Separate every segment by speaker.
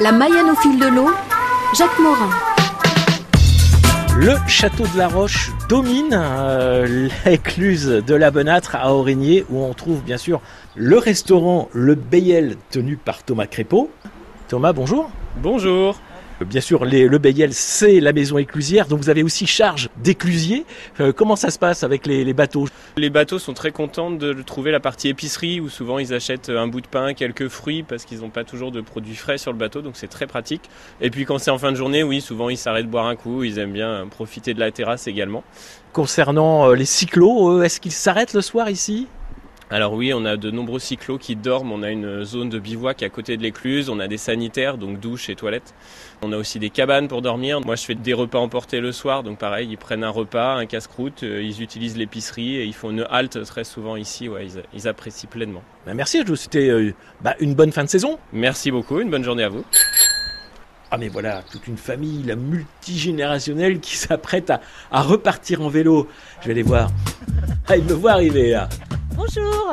Speaker 1: La Mayenne au fil de l'eau, Jacques Morin.
Speaker 2: Le château de la Roche domine euh, l'écluse de la Benâtre à Aurigné, où on trouve bien sûr le restaurant Le Bayel tenu par Thomas Crépeau. Thomas, bonjour. Euh,
Speaker 3: Bonjour.
Speaker 2: Bien sûr, les- le Bayel, c'est la maison éclusière, donc vous avez aussi charge d'éclusier. Euh, comment ça se passe avec les, les bateaux
Speaker 3: Les bateaux sont très contents de trouver la partie épicerie où souvent ils achètent euh, un bout de pain, quelques fruits parce qu'ils n'ont pas toujours de produits frais sur le bateau donc c'est très pratique. Et puis quand c'est en fin de journée, oui, souvent ils s'arrêtent boire un coup, ils aiment bien euh, profiter de la terrasse également.
Speaker 2: Concernant euh, les cyclos, euh, est-ce qu'ils s'arrêtent le soir ici
Speaker 3: Alors oui, on a de nombreux cyclos qui dorment, on a une euh, zone de bivouac à côté de l'écluse, on a des sanitaires donc douche et toilettes. On a aussi des cabanes pour dormir. Moi je fais des repas emportés le soir donc pareil, ils prennent un repas, un casse-croûte, euh, ils utilisent l'épicerie et ils font une halte très souvent ici, ouais, ils- ils apprécient pleinement.
Speaker 2: Ben, Merci, je vous souhaite euh, bah, une bonne fin de saison.
Speaker 3: Merci beaucoup, une bonne journée à vous.
Speaker 2: Ah mais voilà, toute une famille, la multigénérationnelle qui s'apprête à, à repartir en vélo. Je vais les voir. Ah, ils me voient arriver. là.
Speaker 4: Bonjour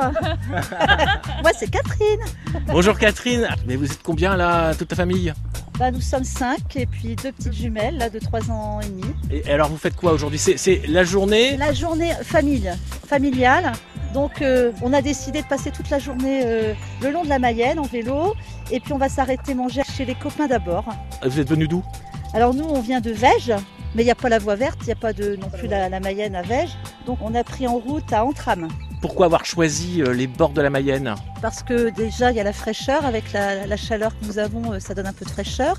Speaker 4: Moi c'est Catherine
Speaker 2: Bonjour Catherine. Mais vous êtes combien là, toute ta famille
Speaker 4: Bah, Nous sommes cinq et puis deux petites jumelles là, de trois ans et demi.
Speaker 2: Et alors vous faites quoi aujourd'hui C'est- C'est la journée
Speaker 4: La journée famille, familiale. Donc euh, on a décidé de passer toute la journée euh, le long de la Mayenne en vélo et puis on va s'arrêter manger chez les copains d'abord.
Speaker 2: Vous êtes venu d'où
Speaker 4: Alors nous on vient de Vège, mais il n'y a pas la voie verte, il n'y a pas de, non plus la, la Mayenne à Vège. Donc on a pris en route à Entram.
Speaker 2: Pourquoi avoir choisi euh, les bords de la Mayenne
Speaker 4: parce que déjà il y a la fraîcheur avec la, la chaleur que nous avons, euh, ça donne un peu de fraîcheur.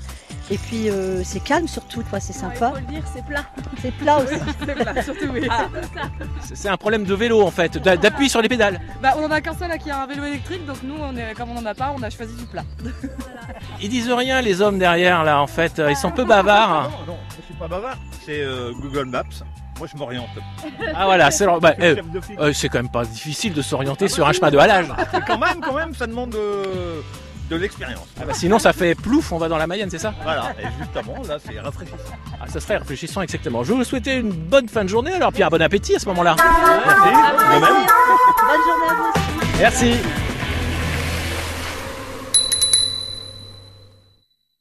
Speaker 4: Et puis euh, c'est calme surtout, quoi, c'est sympa.
Speaker 5: le dire, c'est plat.
Speaker 4: C'est plat aussi.
Speaker 5: C'est plat, surtout, oui.
Speaker 2: C'est c'est un problème de vélo en fait, d'a- d'appui sur les pédales.
Speaker 5: Bah, on en a qu'un seul là, qui a un vélo électrique, donc nous, on est, comme on en a pas, on a choisi du plat.
Speaker 2: Ils disent rien les hommes derrière là en fait, euh, ils sont peu bavards.
Speaker 6: Ah Non, non, je suis pas bavard. C'est euh, Google Maps. Moi, je m'oriente.
Speaker 2: Ah voilà, c'est leur- bah,
Speaker 6: Je
Speaker 2: euh,
Speaker 6: suis chef de file.
Speaker 2: euh, c'est quand même pas difficile de s'orienter sur un chemin de halage.
Speaker 6: Mais quand même, quand même, ça demande euh, de l'expérience.
Speaker 2: Ah, bah, sinon ça fait plouf, on va dans la Mayenne, c'est ça
Speaker 6: Voilà. Et justement, là, c'est rafraîchissant.
Speaker 2: Ah, ça serait réfléchissant, exactement. Je vous souhaitais une bonne fin de journée, alors, puis un bon appétit à ce moment-là.
Speaker 6: Merci. De même.
Speaker 4: Bonne journée à vous.
Speaker 2: Merci.